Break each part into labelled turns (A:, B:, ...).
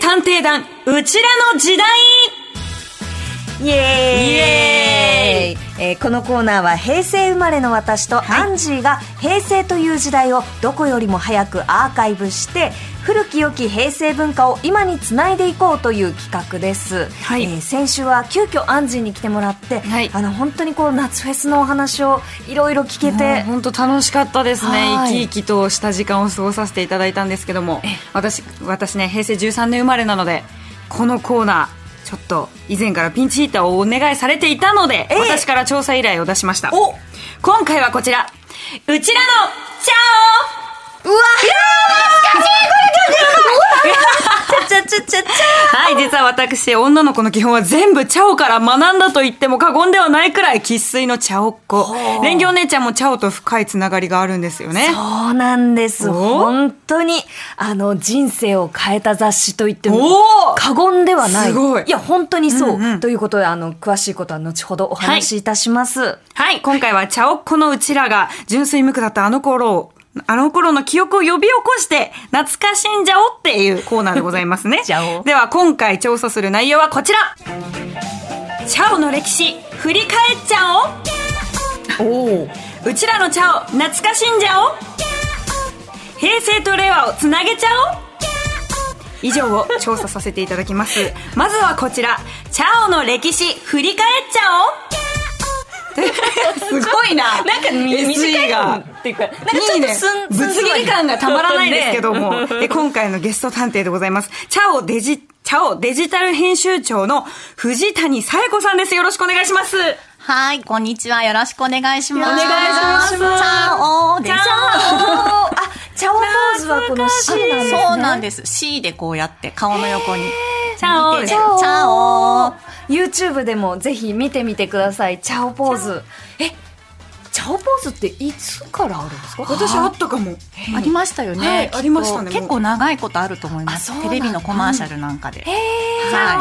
A: 探偵団、うちらの時代
B: イエーイ
A: イエ
B: えーこのコーナーは平成生まれの私とアンジーが平成という時代をどこよりも早くアーカイブして古き良き平成文化を今につないでいこうという企画です、
A: はい
B: えー先週は急遽アンジーに来てもらって、
A: はい
B: あの本当にこう夏フェスのお話をいろいろ聞けて
A: 本当楽しかったですね
B: は
A: 生
B: い
A: き生きとした時間を過ごさせていただいたんですけども私私ね平成13年生まれなのでこのコーナーちょっと以前からピンチヒッターをお願いされていたので
B: ええ
A: 私から調査依頼を出しました
B: お
A: 今回はこちらうちらのチ
B: うわ懐かしいこれちゃちゃちゃちゃちゃ
A: ャオはい実は私女の子の基本は全部チャオから学んだと言っても過言ではないくらい生粋のチャオっ子
B: ほう
A: 蓮華お姉ちゃんもチャオと深いつながりがあるんですよね
B: そうなんです。
A: お
B: 本当に、あの、人生を変えた雑誌と言って
A: お
B: も
A: ー
B: 過言ではない。
A: すごい
B: や、本当にそう。
A: うんうん
B: ということで、あの、詳しいことは後ほどお話しいたします。
A: はい、今回はチャオっ子のうちらが純粋無垢だったあの頃を、あの頃の記憶を呼び起こして懐かしんじゃおうっていうコーナーでございますね
B: 。じゃお
A: では今回調査する内容はこちらチャオの歴史、振り返っちゃ
B: おお。
A: おうちらのチャオ、懐かしんじゃおう平成と令和をつなげちゃおう以上を調査させていただき ます。まずはこちら、チャオの歴史、振り返っちゃおう すごいな。
B: なんか、み短いが。っていうか、なんかちょっとす
A: い
B: ん、
A: いね、ぶつ切り感がたまらないですけども、
B: ね
A: え今回のゲスト探偵でございます。チャオデジ、チャオデジタル編集長の藤谷紗恵子さんです。よろしくお願いします。
C: はい、こんにちは。よろしくお願いします。
A: お願いします
C: チャオで
A: チャ
C: す。
B: あ、チャオポーズはこの C なんですね。
C: そうなんです。C でこうやって、顔の横に。
A: チャオ
C: 見
A: で
C: て
A: す
C: チャオ
B: YouTube でもぜひ見てみてください。チャオポーズ。え、チャオポーズっていつからあるんですか
A: 私あったかも。
C: ありましたよね。
A: はい
C: きっと
A: ありましたね
C: 結構長いことあると思いま
B: あ
C: す
B: そう。なん
C: テ
B: だ
C: レビのコマーシャルなんかで。
B: えー、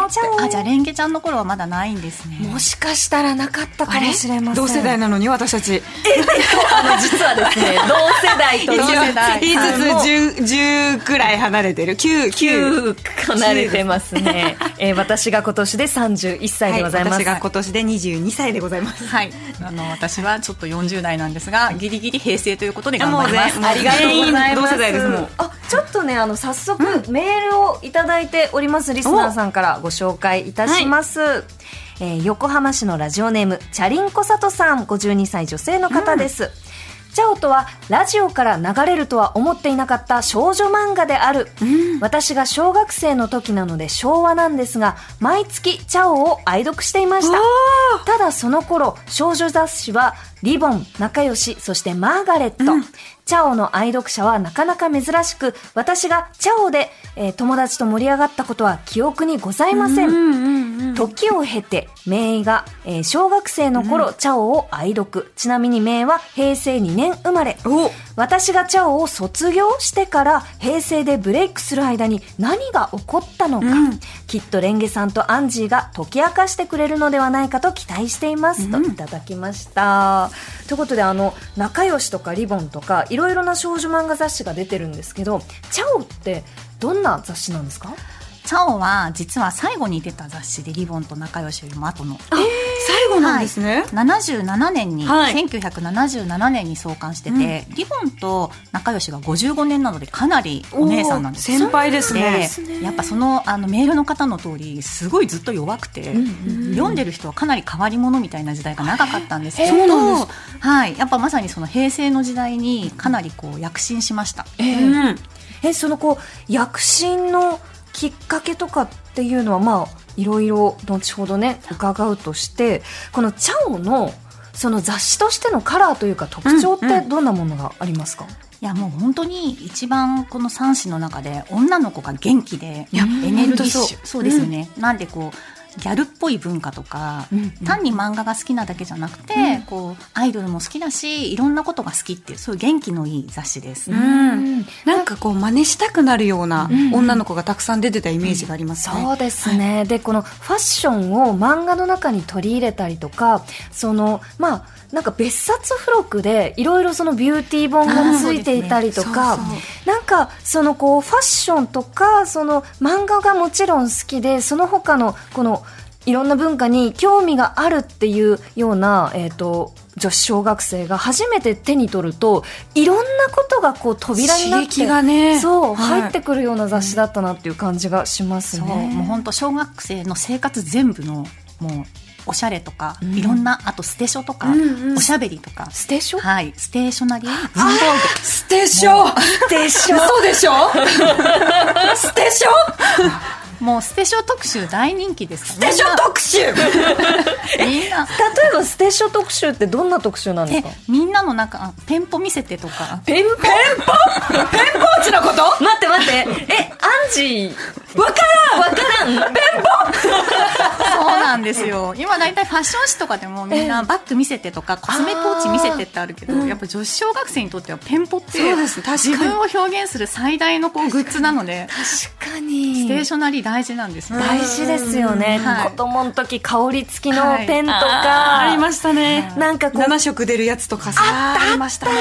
C: はい
B: チャオ。
C: あ、じゃあ、レンゲちゃんの頃はまだないんですね。
B: もしかしたらなかったかもしれません。
A: 同世代なのに私たち。
B: あの実はですね、 同世代と
C: 同世代
A: い
B: も
A: つつ10、10くらい離れてる。9、9。
B: う離れてますね。 えー私が今年で31歳
A: は
B: で
A: い、
B: ございます。
A: 私が今年で22歳でございます。
C: はい。あの、私はちょっと40代なんですが、ギリギリ平成ということで頑
A: も
C: 張
A: う
C: ります。
A: ありがとうございます。同世代ですもん。
B: あちょっとねあの早速、メールをいただいておりますリスナーさんからご紹介いたします、えー横浜市のラジオネームチャリンコサトさん52歳女性の方です、チャオとはラジオから流れるとは思っていなかった少女漫画である、私が小学生の時なので昭和なんですが毎月チャオを愛読していましたただその頃、少女雑誌は、リボン、仲良し、そしてマーガレット。チャオの愛読者はなかなか珍しく、私がチャオで、えー友達と盛り上がったことは記憶にございません。時を経て、名が、えー小学生の頃、チャオを愛読。ちなみに名は平成2年生まれ。
A: お
B: 私がチャオを卒業してから平成でブレイクする間に何が起こったのか、きっとレンゲさんとアンジーが解き明かしてくれるのではないかと期待しています、といただきましたということであの仲良しとかリボンとかいろいろな少女漫画雑誌が出てるんですけどチャオってどんな雑誌なんですか
C: チャオは、実は最後に出た雑誌で、リボンと仲良しよりも後の
A: 最後なんですね。
C: 77年に、
A: はい
C: 1977年に創刊してて、リボンと仲良しが55年なのでかなりお姉さんなんですよ
A: 先輩ですね。
C: でやっぱそのあのメールの方の通りすごいずっと弱くて、読んでる人はかなり変わり者みたいな時代が長かったんですけ
A: え
C: ど、
A: ーそうなんで
C: はい、やっぱまさにその平成の時代にかなりこう躍進しました、
A: うん。
B: えそのこう躍進のきっかけとかっていうのはまあいろいろ後ほどね伺うとしてこのチャオのその雑誌としてのカラーというか特徴っ
A: うんう
B: てどんなものがありますか、
C: いやもう本当に一番この3子の中で女の子が元気で
A: や
C: エネルギッシュ
A: 本当そう
C: そうですよね、なんでこうギャルっぽい文化とか、
B: うん
C: 単に漫画が好きなだけじゃなくて、こうアイドルも好きだしいろんなことが好きっていうそういう元気のいい雑誌です、
A: うん、なんかこう真似したくなるような女の子がたくさん出てたイメージがありますね。
B: そうですね、でこのファッションを漫画の中に取り入れたりとかそのまあなんか別冊付録でいろいろそのビューティー本がついていたりとか
A: あーそうですね
B: なんかそのこうファッションとかその漫画がもちろん好きでその他のこのいろんな文化に興味があるっていうような、えっと女子小学生が初めて手に取るといろんなことがこう扉になって
A: 刺激がね
B: そう、
A: はい
B: 入ってくるような雑誌だったなっていう感じがします
C: そう
B: ね。
C: もう本当小学生の生活全部のもうおしゃれとか、いろんなあとステショとか、
A: うんうん
C: おしゃべりとか、
B: ステーション
C: はい、ステーショナリー文房
A: ステショ
B: でしょ
A: 嘘で しょステショ
C: 具もうステショ特集大人気です
A: ス
C: から
A: テショ特 集
C: みんな
B: 例えばステーション特集ってどんな特集なんです
C: え
B: か
C: みんなのなんか店舗見せてとか
A: ペンポペンポペンポーチのこと
B: 待って待ってえアン ジ
A: わからんわ
C: そうなんですよ今大体ファッション誌とかでもみんなバッグ見せてとかコスメポーチ見せてってあるけど、やっぱ女子小学生にとってはペンポって
A: そうですね確かに
C: 自分を表現する最大のこうグッズなので
B: 確かに
C: ステーショナリー大事なんですね
B: 大事ですよね、
C: うんはい
B: 子供の時香り付きのペンとか、
A: ありましたね
B: なんかこう
A: 7色出るやつとかさ
C: ありましたね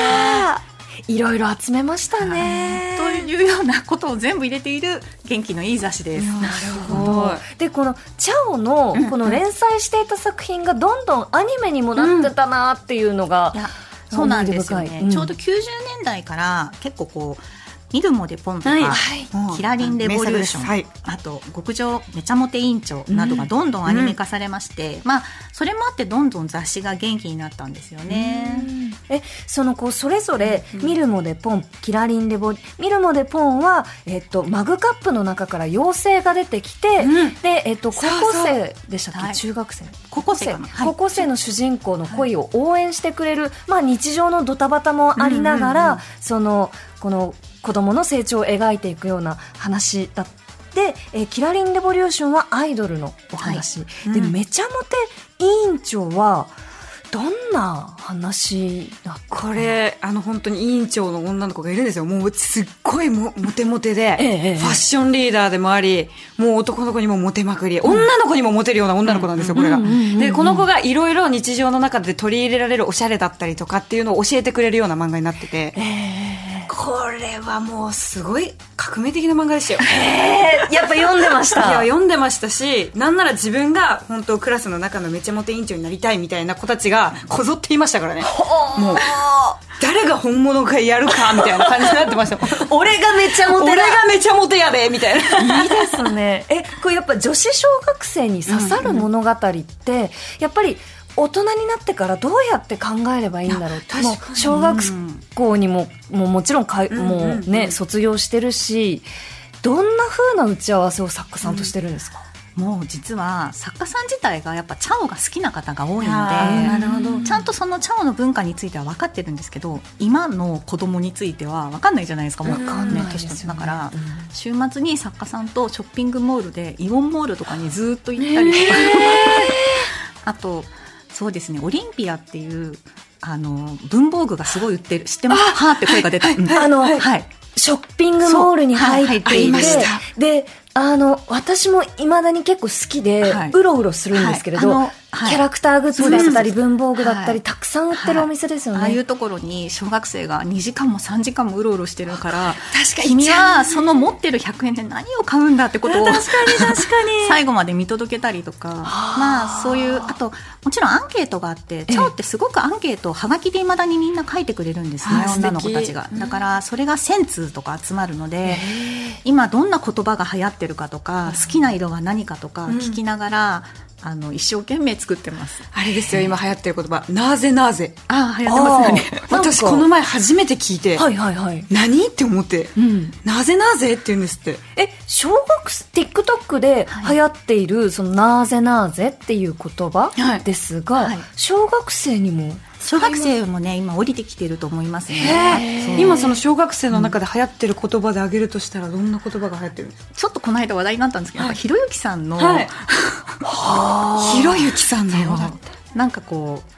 B: いろいろ集めましたね、
C: というようなことを全部入れている元気のいい雑誌です。
A: ごい
B: でこの「チャオ」のこの連載していた作品がどんどんアニメにもなってたなっていうのが、
C: いやそうなんですよ
B: 思い出
C: ね、
B: 深いうん
C: ちょうど90年代から結構こうミルモデポンとか、
A: はい
C: もうキラリンレボリューション、
A: はい
C: あと極上めちゃモテ委員長などがどんどんアニメ化されまして、まあそれもあってどんどん雑誌が元気になったんですよね。
B: えそのこうそれぞれ「ミルモでポン」「キラリンレボ」「ミルモでポンは」えっと、マグカップの中から妖精が出てきて、
A: うん
B: で、えっと、高
A: そう
B: 校生でしたっけ
C: はい
B: 中学生
C: 高校生かなはい
B: 高校生の主人公の恋を応援してくれる、まあ、日常のドタバタもありながら、
C: うんうんう
B: そのこの子供の成長を描いていくような話だで、えーキラリンレボリューション」はアイドルのお話、で、
A: うん
B: めちゃモテ委員長はどんな話だった
A: これあの本当に委員長の女の子がいるんですよもうすっごいもモテモテで、
B: ええええ
A: ファッションリーダーでもありもう男の子にもモテまくり女の子にもモテるような女の子なんですよ、これが、でこの子がいろいろ日常の中で取り入れられるおしゃれだったりとかっていうのを教えてくれるような漫画になってて、これはもうすごい革命的な漫画でしたよ
B: えーやっぱ読んでまし
A: いや
B: た。
A: 読んでましたしなんなら自分が本当クラスの中のめちゃモテ委員長になりたいみたいな子たちがこぞっていましたからねもう誰が本物かやるかみたいな感じになってましたもん
B: 俺がめちゃモテ
A: 俺
B: だ
A: がめちゃモテやでみたいな
B: いいですね。え、これやっぱ女子小学生に刺さる物語って、やっぱり大人になってからどうやって考えればいいんだろうって。
A: いや
B: も
A: 確か
B: う
A: に
B: 小学校にも、もうもちろんかい、
A: んうん
B: もうね、卒業してるし、どんな風な打ち合わせを作家さんとしてるんですか、
C: もう実は作家さん自体がやっぱチャオが好きな方が多いので
A: あーなるほど
C: ちゃんとそのチャオの文化については分かってるんですけど今の子供については分かんないじゃないですかもう
A: 分かん
B: ない
C: ね
B: ですよね
C: 年だから週末に作家さんとショッピングモールでイオンモールとかにずっと行ったりとか、 あとそうですねオリンピアっていうあの文房具がすごい売ってる知ってますはーって声が出た、うん
B: あの、
C: はい、
B: ショッピングモールに入
C: そうはい
B: っていて、
A: 入っていました
B: で、あの、私も未だに結構好きで、
C: はいう
B: ろうろするんですけれど、
C: はいあのはい
B: キャラクターグッズだ
C: そう
B: ったり、
C: です
B: 文房具だったり、
C: はい
B: たくさん売ってるお店ですよね。
C: ああいうところに小学生が2時間も3時間もうろうろしてるから君はその持ってる100円で何を買うんだってことを
B: 確かに
C: 最後まで見届けたりとかまあそういうあともちろんアンケートがあってチャオってすごくアンケートをはがきでいまだにみんな書いてくれるんですね
A: あー
C: 女の子
A: 素敵
C: たちがだからそれが1000通とか集まるので今どんな言葉が流行ってるかとか好きな色は何かとか聞きながらあの一生懸命作ってます
A: あれですよ今流行ってる言葉なぜなぜ
C: ああ流行ってます
B: あ
C: よね
B: ーなんか
A: 私この前初めて聞いて、
B: はいはいはい。
A: 何って思って、
B: ん
A: なぜなぜって言うんですって
B: え、小学生、TikTok で流行っている、その、なーぜなーぜっていう言葉
A: はい
B: ですが、
C: はい
B: 小学生にも、
C: 小学生もね今降りてきてると思いますねそう
A: 今その小学生の中で流行ってる言葉であげるとしたらどんな言葉が流行ってるんですか、
C: ちょっとこの間話題になったんですけど、やっぱひろゆきさんの、
A: はい ひろゆきさんだよだって
C: なんかこう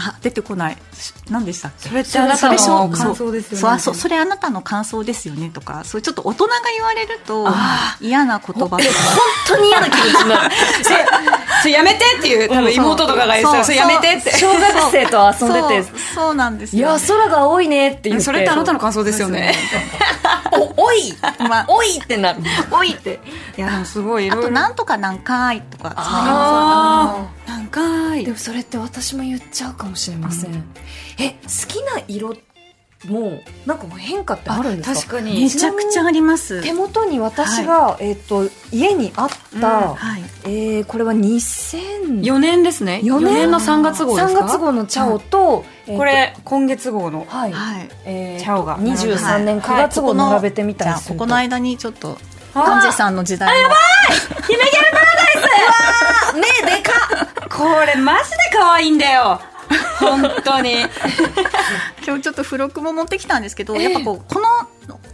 C: あ出てこないし何でしたっけ
A: それってあなたの
C: それ
A: 感想ですよね
C: そうそうあそうそれあなたの感想ですよねとかそういうちょっと大人が言われると嫌な言葉とか
B: 本当に嫌な気持ちになる。
A: それやめてっていう、多分妹とかが言ってたら、それやめてって。
B: 小学生と遊んで
C: そ
B: て
C: うそうなんです
B: いや
C: よ
B: 空が多いねって言って
A: それってあなたの感想ですよね。
B: おおい
C: まあ
B: おいってなる
A: おいって。いや、でもすごいい
C: あ
A: ろい
C: と
A: ろ。
C: なんとか何回とか
A: あーなんかい
B: で。もそれって私も言っちゃうかもしれません、え好きな色もなんか変化ってあるんですか
A: 確かに。
C: めちゃくちゃあります
B: 手元に私が、えっと家にあった、
C: はい
B: えーこれは2004
A: 4年ですね。
B: 四
A: 4
B: 年
A: 年の3月号ですか
B: 3月号のチャオと、えーと
A: これ、今月号の。
B: はい、
C: はい
B: えーと
A: チャオが
B: 23年
A: はい
B: 9月号並べてみ
C: じ
B: た
C: ゃ
B: り
C: あ
B: す
C: こ
B: る
C: ことの間にちょっと幹事さんの時代の
B: 目でか
A: これ、マジで可愛いんだよ。本当 に。
C: 今日ちょっと付録も持ってきたんですけど、やっぱこうこの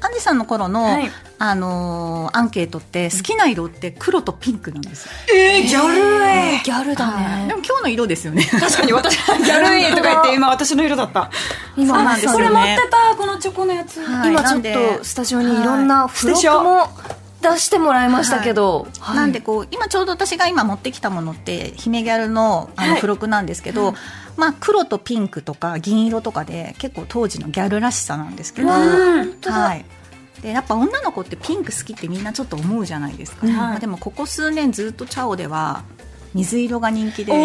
C: 幹事さんの頃の、
A: はい
C: あのーアンケートって好きな色って黒とピンクなんですよ、
A: えー、ギャルえ
B: ギャルだ
C: はいで
B: ね
C: も今日の色ですよね
A: 確かに私、ギャルえとか言って、今私の色だった。
B: 今
C: そうなんですよ
A: こ
C: ね
A: れ持ってた、このチョコのやつ。
C: はい
B: 今ち
C: な
B: ょ
C: ん
B: っ
C: で
B: とスタジオにいろんな付
A: はいステショ
B: 録も出してもらいましたけど、はい
C: なんでこう今ちょうど私が今持ってきたものって姫ギャルのあの
A: はい
C: 付録なんですけど、まあ、黒とピンクとか銀色とかで結構当時のギャルらしさなんですけど、
A: うん。
B: 当だ
C: はい、でやっぱ女の子ってピンク好きってみんなちょっと思うじゃないですか、
A: うん
C: まあでもここ数年ずっとチャオでは水色が人気で。
A: お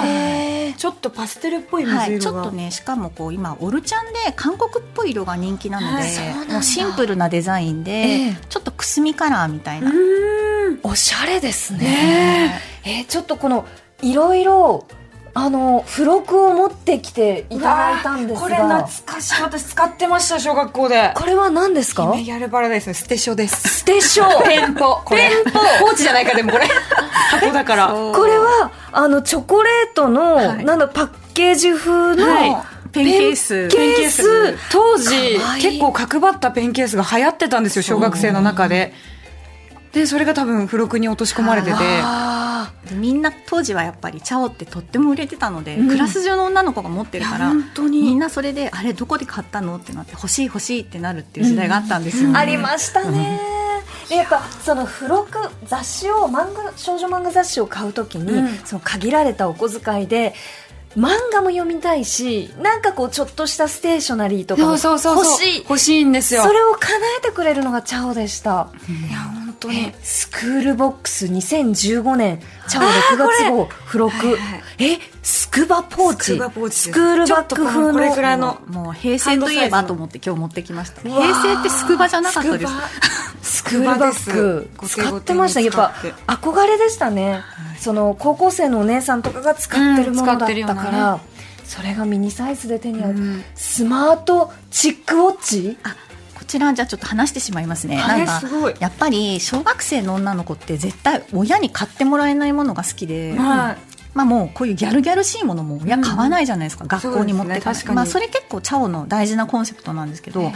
A: ー。
B: へー
A: ちょっとパステルっぽい水色が、
C: はい、ちょっとねしかもこう今オルチャンで韓国っぽい色が人気なの
A: はい
C: で
A: そう
B: なん、だ
C: もうシンプルなデザインで、
B: ええ
C: ちょっとくすみカラーみたいうな、
A: ーん
B: おしゃれですね。えーちょっとこのいろいろあの付録を持ってきていただいたんですが、
A: これ懐かしい私使ってました小学校で
B: これは何ですか？
A: メギャルパラダイスの捨て書 です
B: ステショー。
A: 店舗これ店舗放置じゃないかでもこれ箱だから
C: そ う
B: これはあのチョコレートの、
C: はい
B: なんだパッケージ風の、
A: はい
C: ペンケース
B: ペンケース
A: 当時
B: かわいい
A: 結構角張ったペンケースが流行ってたんですよ小学生の中ででそれが多分付録に落とし込まれてて
B: あ
C: でみんな当時はやっぱりチャオってとっても売れてたので、
B: うん
C: クラス中の女の子が持ってるから
A: 本当
C: みん
A: に
C: なそれであれどこで買ったのってなって欲しい欲しいってなるっていう時代があったんですよ、
B: ー
C: ね
B: ありましたね。でやっぱその付録雑誌を漫画少女漫画雑誌を買うときに、
A: うん
B: その限られたお小遣いで漫画も読みたいしなんかこうちょっとしたステーショナリーとかも
A: そう
B: 欲しい
A: そうそうそう欲しいんですよ
B: それを叶えてくれるのがチャオでした。
A: いや本当
B: えスクールボックス2015年、チャオ6月号、付録、
A: はいはい
B: え、スクバポーチ。
A: スクバポーチです
B: スクールバッグ
A: ちょっ
B: 風の。
A: とこれくらいの
C: もう平成といえばと思って今日持ってきました平成ってスクバじゃなかったです
B: スクールバッグ
A: スクバです
B: 使ってました。やっぱ
A: ゴテゴテに、
B: 憧れでしたね、その、高校生のお姉さんとかが使ってるものだっ
A: うん使
B: た
A: ってるよ
B: か
A: う
B: ら、
A: な
B: それがミニサイズで手にある、
A: うん
B: スマートチックウォッチ
C: あこちらじゃあちょっと話してしまいますね
A: あ
C: な
A: れ
C: んか
A: すごい
C: やっぱり小学生の女の子って絶対親に買ってもらえないものが好き
A: は
C: で、
A: い
C: まあ、もうこういうギャルギャルしいものも親買わないじゃないですか、学校に持って
A: そうですね
C: かない
A: 確かに
C: まあ、それ結構チャオの大事なコンセプトなんですけど、
B: はい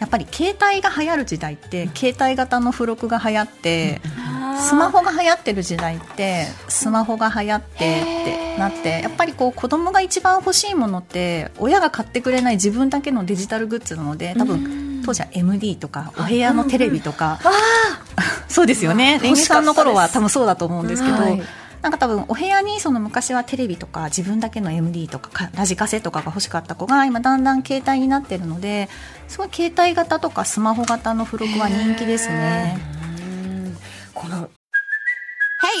C: やっぱり携帯が流行る時代って携帯型の付録が流行って、スマホが流行ってる時代ってスマホが流行ってってなってやっぱりこう子供が一番欲しいものって親が買ってくれない自分だけのデジタルグッズなので多分当時は MD とかお部屋のテレビとか、 そうですよねレンゲさんの頃は多分そうだと思うんですけど、
B: はい
C: なんか多分お部屋にその昔はテレビとか自分だけの MD とかかラジカセとかが欲しかった子が今だんだん携帯になってるのですごい携帯型とかスマホ型の付録は人気ですね。
B: この
D: Hey,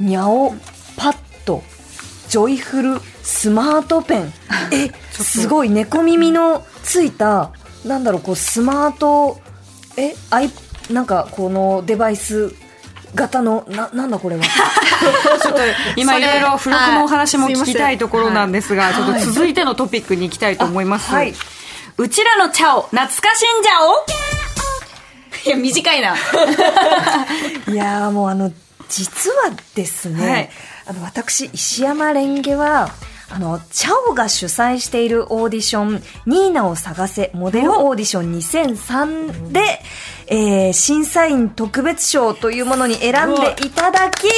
B: ニャオパッドジョイフルスマートペンえすごい猫耳のついたなんだろうこうスマートえアイなんかこのデバイス型のななんだこれは
A: ちょっと今
C: そ
A: い
C: れ
A: ろいろ付録のお話も
C: はい
A: 聞きたいところなんですが、ちょっと続いてのトピックに行きたいと思います。
B: あはいう
A: ちらのチャオ、懐かしんじゃおいや、短いな。
B: いやーもうあの実はですね、
A: はい
B: あの私石山蓮華はあのチャオが主催しているオーディション「ニーナを探せモデルオーディション2003で」えー審査員特別賞というものに選んでいただき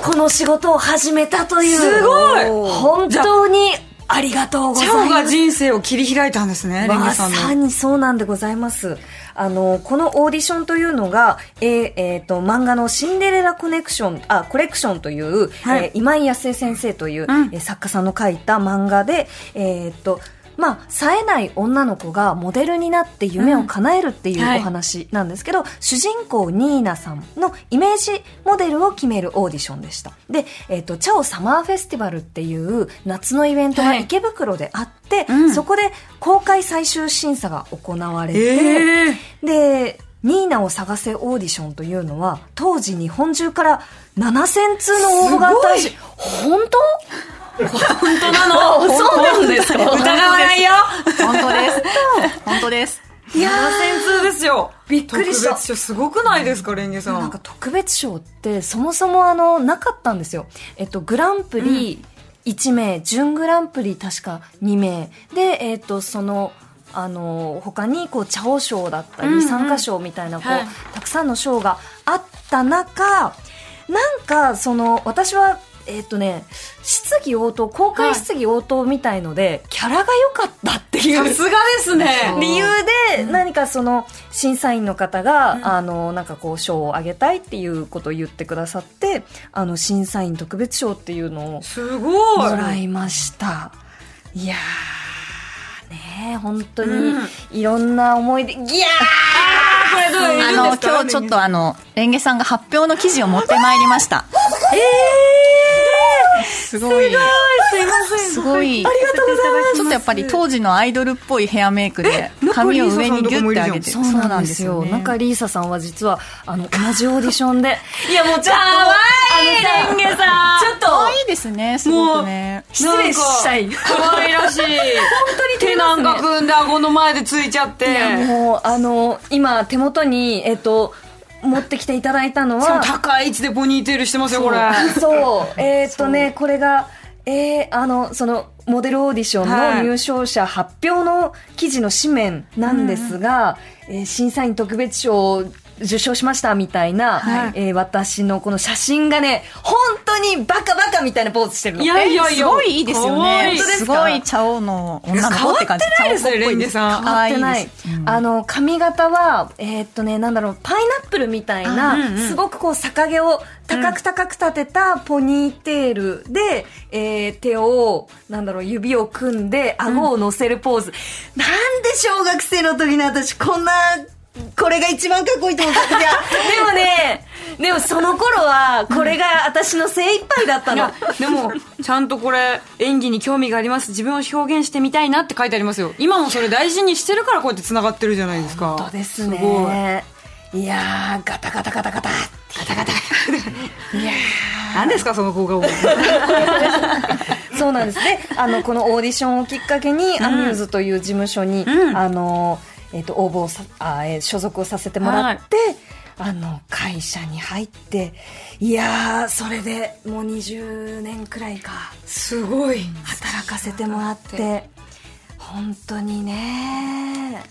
B: この仕事を始めたという
A: すごい
B: 本当にありがとうござ
A: チ
B: い
A: ャオが
B: ます。
A: 人生を切り開いたんですね、レンゲ
B: ま
A: さんの。
B: さにそうなんでございます。あの、このオーディションというのが、えーえーと、漫画のシンデレラコネクション、あ、コレクションという、
A: はい
B: えー今井康江先生という、
A: うん
B: えー作家さんの書いた漫画で、えーっと、まあ、冴えない女の子がモデルになって夢を叶えるっていう
A: うんはい
B: お話なんですけど、主人公ニーナさんのイメージモデルを決めるオーディションでした。で、えーっと、チャオサマーフェスティバルっていう夏のイベントが池袋であって、
A: うん
B: そこで公開最終審査が行われて、
A: ええ
B: で、ニーナを探せオーディションというのは、当時日本中から7000通の応募があったらしい。本当
A: 本当なの
B: そうなんです
A: 疑わないよ
C: 本当です。本当です。
A: いやー、通ですよ。びっ
B: くりした
A: 特別賞すごくないですか、レンゲさ
B: なん
A: ん
B: か。特別賞ってそもそもあの、なかったんですよ。えっと、グランプリ1名、準グランプリ確か2名。で、えっと、その、あの、他にこう、茶王賞だった
A: うんう
B: り、
A: ん
B: 参加賞みたいな、こ、
A: はいう
B: たくさんの賞があった中、なんか、その、私は、えっとね、質疑応答、公開質疑応答みたいので、キャラが良かったっていう。
A: さすがですね。
B: 理由で何かその審査員の方が、あのなんかこう賞をあげたいっていうことを言ってくださってあの審査員特別賞っていうのを
A: すごい。
B: もらいましたいやーねえ本当に
A: うん
B: いろんな思い出、ギャ
A: これどうい
C: あ
A: う
C: の、
A: 意味ですか
C: 今日ちょっとあの、レンゲさんが発表の記事を持ってまいりました。
B: ーえ
C: すごい。
A: すいません。
C: すごい。ありがとうございます。ちょっとやっぱり当時のアイドルっぽいヘアメイクで
A: え、
C: 髪を上にギュッて上げて。
B: ーそうなんですよ
C: ね
B: なんかリーサさんは実はあの同じオーディションでいやもうちょっと
A: 可愛いレンゲさん。ちょっと
C: 可愛いですね、すごくね。
B: 失礼したい
A: 可愛 らしい。本当に手なんか組んで顎の前でついちゃって。
B: もうあの今手元にえっと持ってきていただいたの
A: しかも
B: は
A: 高い位置でポニーテールしてますよ、これ。
B: そうえーっとねこれがえーあのそのモデルオーディション
A: は
B: の
A: い
B: 入賞者発表の記事の紙面なんですが、えー審査員特別賞を受賞しましたみたいな、
A: はい
B: えー私のこの写真がね本当にバカバカみたいなポーズしてるの
A: いやいやいや。
C: すごいいいですよ
A: 可愛
C: ね。
A: い
C: すごい、茶王の女の子って感じ。
A: 変わってないですねレンゲさん
C: 可愛い
B: 変わ
C: で
B: っ
C: す
B: て。ないあの髪型はえーっとねなんだろうパイナップルみたいな、
A: あうんうん
B: すごくこう逆毛を高く高く立てたポニーテールで、えー手をなんだろう指を組んで顎を乗せるポーズ、なんで小学生の時の私こんなこれが一番かっこいいと思ったいや でもねでもその頃はこれが私の精一杯だった
A: い
B: の
A: やでも、ちゃんとこれ、演技に興味があります。自分を表現してみたいなって書いてありますよ。今もそれ大事にしてるからこうやって繋がってるじゃないですか。
B: 本当です
A: すごい。
B: ねいやーガタガタガタガタガタガタ
A: 何ですか、その効果音。
B: そうなんです ね。あの、このオーディションをきっかけに、アミューズという事務所に、あの、えっ、と、応募をさ、あえー所属をさせてもらって、あの、会社に入って、いやー、それでもう20年くらいか、
A: すごい。
B: 働かせてもらって、本当にね、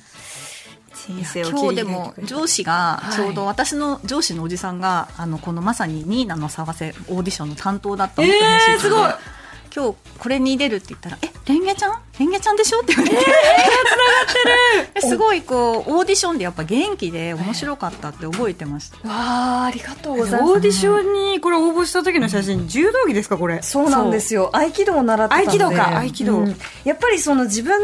A: 人生を
C: 今日でも上司がちょうど私の上司のおじさんが、あのこのまさにニーナの探せオーディションの担当だったのって
A: えー
C: 話をし
A: す
C: て
A: ごい
C: 今日これに出るって言ったら「えレンゲちゃんレンゲちゃんでしょ?」って言われて、 えすごいこうオーディションでやっぱ元気で面白かったって覚えてました、
B: わー、ありがとうご
A: オ
B: ざいます。
A: ーディションにこれ応募した時の写真、柔道着ですか、これ。
B: そうなんですよ。合気道を習ってたんで。
A: 合気道か合気道
B: うんやっぱりその自分な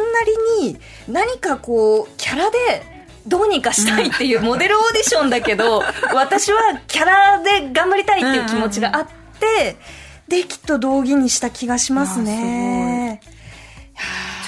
B: りに何かこう、キャラで、どうにかしたいっていうモデルオーディションだけ ど、私はキャラで頑張りたいっていう気持ちがあって、で、きっと道着にした気がしますね。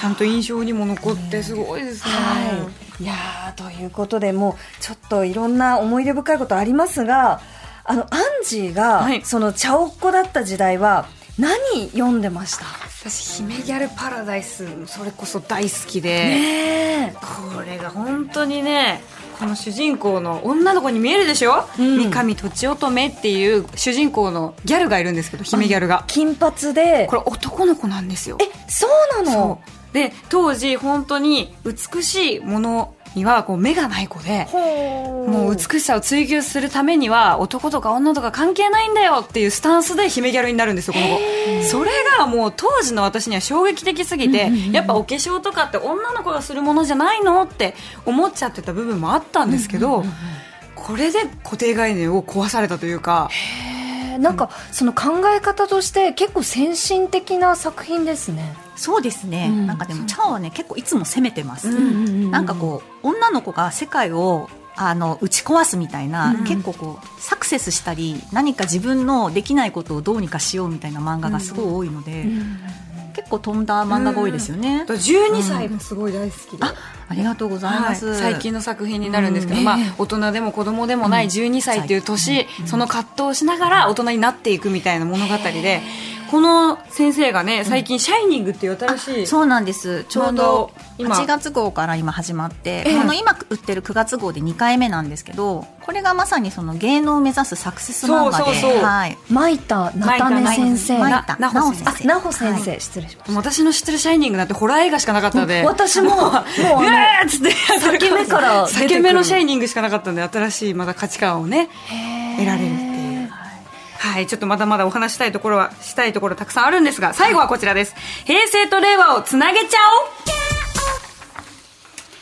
A: ちゃんと印象にも残ってすごいですね。
B: はい。いやーということで、もう、ちょっといろんな思い出深いことありますが、あの、アンジーが、
A: はい
B: その、茶おっ子だった時代は、何読んでました
A: 私姫ギャルパラダイスそれこそ大好きで、
B: ねえ。
A: これが本当にねこの主人公の女の子に見えるでしょ、三上とちおとめっていう主人公のギャルがいるんですけど姫ギャルが
B: 金髪で
A: これ男の子なんですよ
B: えそうなの
A: そうで当時本当に美しいものにはこう目がない子でもう美しさを追求するためには男とか女とか関係ないんだよっていうスタンスで姫ギャルになるんですよこの子それがもう当時の私には衝撃的すぎて、やっぱお化粧とかって女の子がするものじゃないのって思っちゃってた部分もあったんですけど、これで固定概念を壊されたというか
B: えーなんかその考え方として結構先進的な作品ですね
C: そうですね、
B: うん
C: なんかでもチャオはね結構いつも攻めてます、
A: うんうん
C: なんかこう女の子が世界をあの打ち壊すみたいな、
A: うん
C: 結構こうサクセスしたり何か自分のできないことをどうにかしようみたいな漫画がすごい多いので、結構飛んだ漫画が多いですよね、
A: あと12歳もすごい大好きで、
C: あありがとうござい
A: は
C: ま
A: い、
C: す、
A: 最近の作品になるんですけど、
C: うん
A: まあ
C: ええ、
A: 大人でも子供でもない12歳っていう年、その葛藤をしながら大人になっていくみたいな物語で、この先生がね最近「シャイニング」っていう新しい、
C: そうなんですちょう
A: ち
C: ど
A: ょうど今
C: 8月号から今始まって、
A: ええ
C: この今売ってる9月号で2回目なんですけどこれがまさにその芸能を目指すサクセス漫画で
A: そうそうそう
C: はい、
B: マイタナタネ先生
C: マイ
B: あ
C: タ
A: ななほ先
C: 生
B: ナホ先生、失礼しまし
A: 私の知ってる「シャイニング」なんてホラー映画しかなかったので
B: た私ももう あ
A: う
B: の
A: わーっつって裂
B: け目から出てくる
A: 裂け目のシャイニングしかなかったんで新しいまた価値観をね得られるっていうはいちょっとまだまだお話したいところはしたいところたくさんあるんですが最後はこちらです平成と令和をつなげちゃおう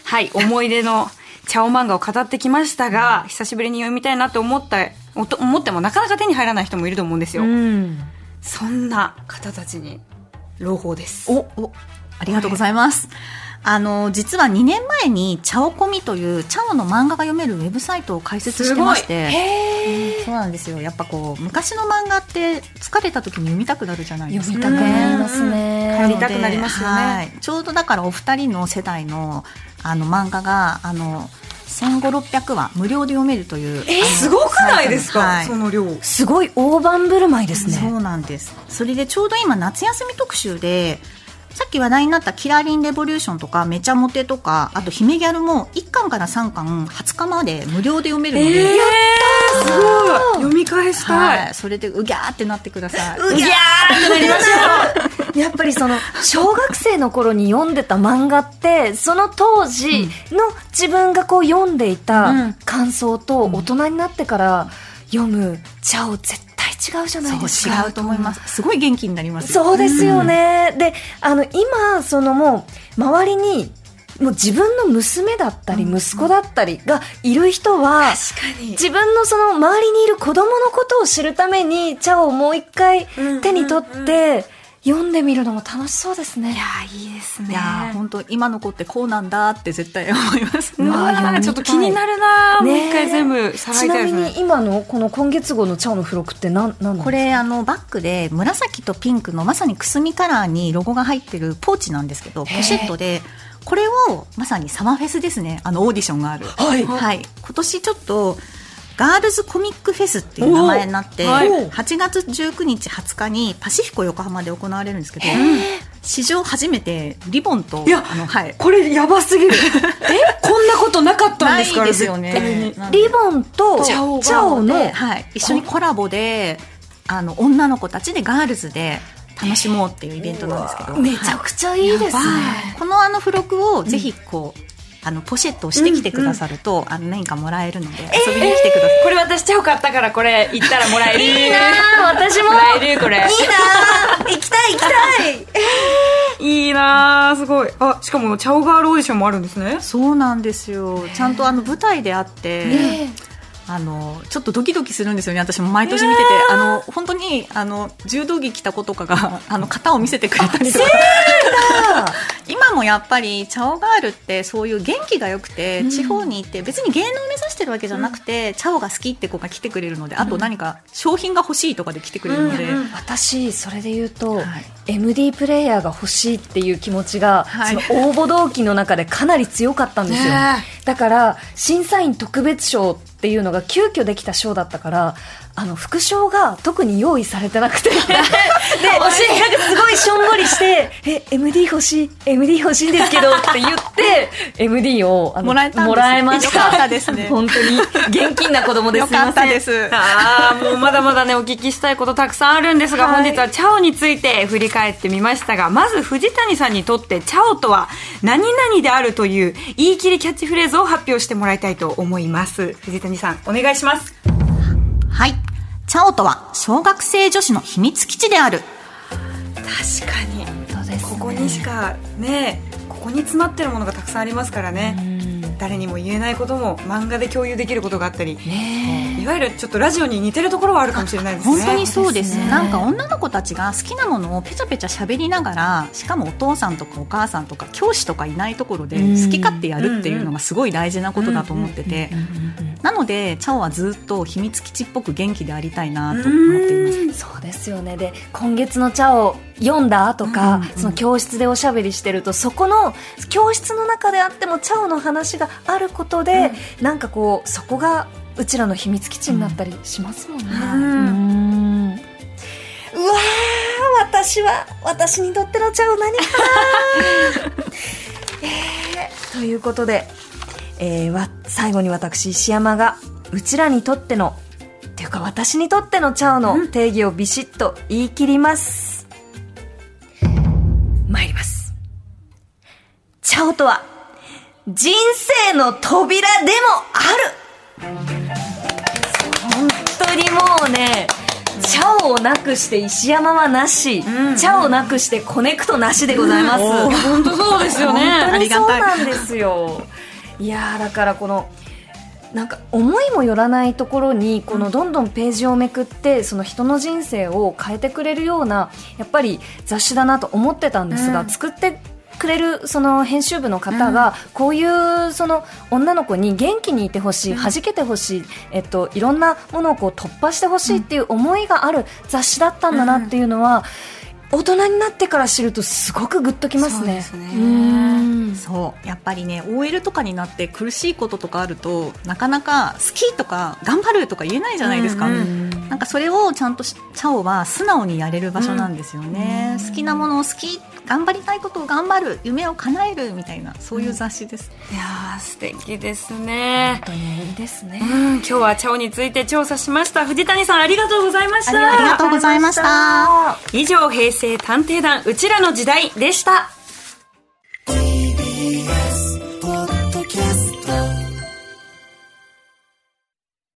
A: はい思い出の茶お漫画を語ってきましたが久しぶりに読みたいなと思ったおと思ってもなかなか手に入らない人もいると思うんですよ
B: うん
A: そんな方たちに朗報です
C: おおありがとうございます。あの実は2年前に「チャオコミ」というチャオの漫画が読めるウェブサイトを開設してましてそうなんですよやっぱこう昔の漫画って疲れた時に読みたくなるじゃないです
B: 読み
C: か。
B: たくなりま
A: う
B: すね
A: んうん帰りたくなりますよね
C: はいちょうどだからお二人の世代のあの漫画があの1500600話無料で読めるという、あの
A: すごくないですか、
C: はい
A: その量
B: すごい大盤振る舞いです
C: そ
B: ね
C: うなんですそれでちょうど今夏休み特集でさっき話題になった「キラリンレボリューション」とか「めちゃモテ」とかあと「姫ギャル」も1巻から3巻20日まで無料で読めるので、
A: ー、すごい読み返したい、
C: はい、それでうぎゃーってなってください。うぎゃ
B: やっぱりその小学生の頃に読んでた漫画ってその当時の自分がこう読んでいた感想と大人になってから読む「ちゃお」絶対違うじゃないですか
C: 違うと思います。すごい元気になります。
B: そうですよね。で、あの、今、そのもう、周りに、もう自分の娘だったり、息子だったりがいる人は、
A: 確かに
B: 自分のその周りにいる子供のことを知るために、茶をもう一回手に取って、読んでみるのも楽しそうですね。
A: いいです
C: いやー本当今の子ってこうなんだって絶対思います。
A: うわ
B: 読みた
A: ー
B: い
A: ちょっと気になるなー、
B: ね
A: も
B: ー
A: う一回全部さら
B: ち
A: いた
B: ない
A: で
B: み
A: すね
B: に今のこの今月号のチャオの付録って何なん
C: これあのバッグで紫とピンクのまさにくすみカラーにロゴが入ってるポーチなんですけどポシェットでこれをまさにサマーフェスですねあのオーディションがある、はい今年ちょっとガールズコミックフェスっていう名前になって、
A: おーはい
C: 8月19日20日にパシフィコ横浜で行われるんですけど史上初めてリボンと
A: いや
C: あの、はい、
A: これやばすぎるえこんなことなかったんですから
C: ないですよ
A: 絶対に
C: ねなんで
B: リボンとチ
A: チャオが
B: ャオの
C: で、はい、一緒にコラボであの女の子たちでガールズで楽しもうっていうイベントなんですけど、
B: めちゃくちゃいいですね。
C: このあの付録をぜひこう、あのポシェットをしてきてくださると、あの何かもらえるので遊びに来てください、
A: これ私ちゃうかったからこれ行ったらもらえるいいな
B: 私も
A: もらえるこれ
B: 行きたい行きたい
A: いいなーすごいあしかもチャオガールオーディションもあるんですね
C: そうなんですよちゃんとあの舞台であって、
B: ええ
C: あのちょっとドキドキするんですよね私も毎年見ててあの本当にあの柔道着着た子とかがあの型を見せてくれたり とか今もやっぱりチャオガールってそういう元気が良くて、地方に行って別に芸能を目指してるわけじゃなくて、チャオが好きって子が来てくれるのであと何か商品が欲しいとかで来てくれるので、
B: 私それで言うと、
C: はい
B: MD プレイヤーが欲しいっていう気持ちが、
C: はい
B: その応募動機の中でかなり強かったんですよ、
A: ね
B: だから審査員特別賞っていうのが急遽できた賞だったからあの副賞が特に用意されてなく てで惜しいなんかすごいしょんぼりして「え MD 欲しい MD 欲しいんですけど」って言って MD をあの
C: もらえたんです
B: えました
C: よかったですね
B: 本当に現金な子供です
C: よ
B: すいません
C: かったです。
A: ああ、もうまだまだね、お聞きしたいことたくさんあるんですが、
B: はい
A: 本日はチャオについて振り返ってみましたが、まず藤谷さんにとってチャオとは何々であるという言い切りキャッチフレーズを発表してもらいたいと思います。藤谷さん、お願いします。
C: はい。チャオとは小学生女子の秘密基地である。
A: 確かに。
B: そうですね
A: ここにしかね、ここに詰まってるものがたくさんありますからね。誰にも言えないことも漫画で共有できることがあったり、いわゆるちょっとラジオに似てるところはあるかもしれないですね。
C: 本当にそうです
B: そうですね
C: なんか女の子たちが好きなものをペチャペチャ喋りながらしかもお父さんとかお母さんとか教師とかいないところで
B: うん
C: 好き勝手やるっていうのがすごい大事なことだと思っててなのでチャオはずっと秘密基地っぽく元気でありたいなと思っています。
B: そうですよねで今月の茶を読んだとか、
C: うんうん
B: その教室でおしゃべりしてるとそこの教室の中であっても茶の話があることで、なんかこうそこがうちらの秘密基地になったりしますもんね。うんうわー私は私にとっての茶を何かな、 えーということで、えーわ最後に私石山がうちらにとってのっていうか私にとってのチャオの定義をビシッと言い切ります。参ります。チャオとは、人生の扉でもある本当にもうね、チャオをなくして石山はなし、チャオなくしてコネクトなしでございます。
A: 本当そうですよね。
B: 本当にそうなんですよ。いやーだからこのなんか思いもよらないところにこのどんどんページをめくってその人の人生を変えてくれるようなやっぱり雑誌だなと思ってたんですが、作ってくれるその編集部の方がこういうその女の子に元気にいてほしい、弾けてほしい、えっと、いろんなものをこう突破してほしいっていう思いがある雑誌だったんだなっていうのは大人になってから知るとすごくグッときますね。
A: そうですね
B: うん
C: そうやっぱりね OL とかになって苦しいこととかあるとなかなか好きとか頑張るとか言えないじゃないですか、
A: うんう
C: なんかそれをちゃんとしチャオは素直にやれる場所なんですよね、好きなものを好き頑張りたいことを頑張る夢を叶えるみたいなそういう雑誌です、
A: いやー素敵ですね
B: 本。当にいいですね。
A: うん、今日はチャオについて調査しました。藤谷さんありがとうございました。
C: ありがとうございました
A: 以上、平成探偵団うちらの時代でした。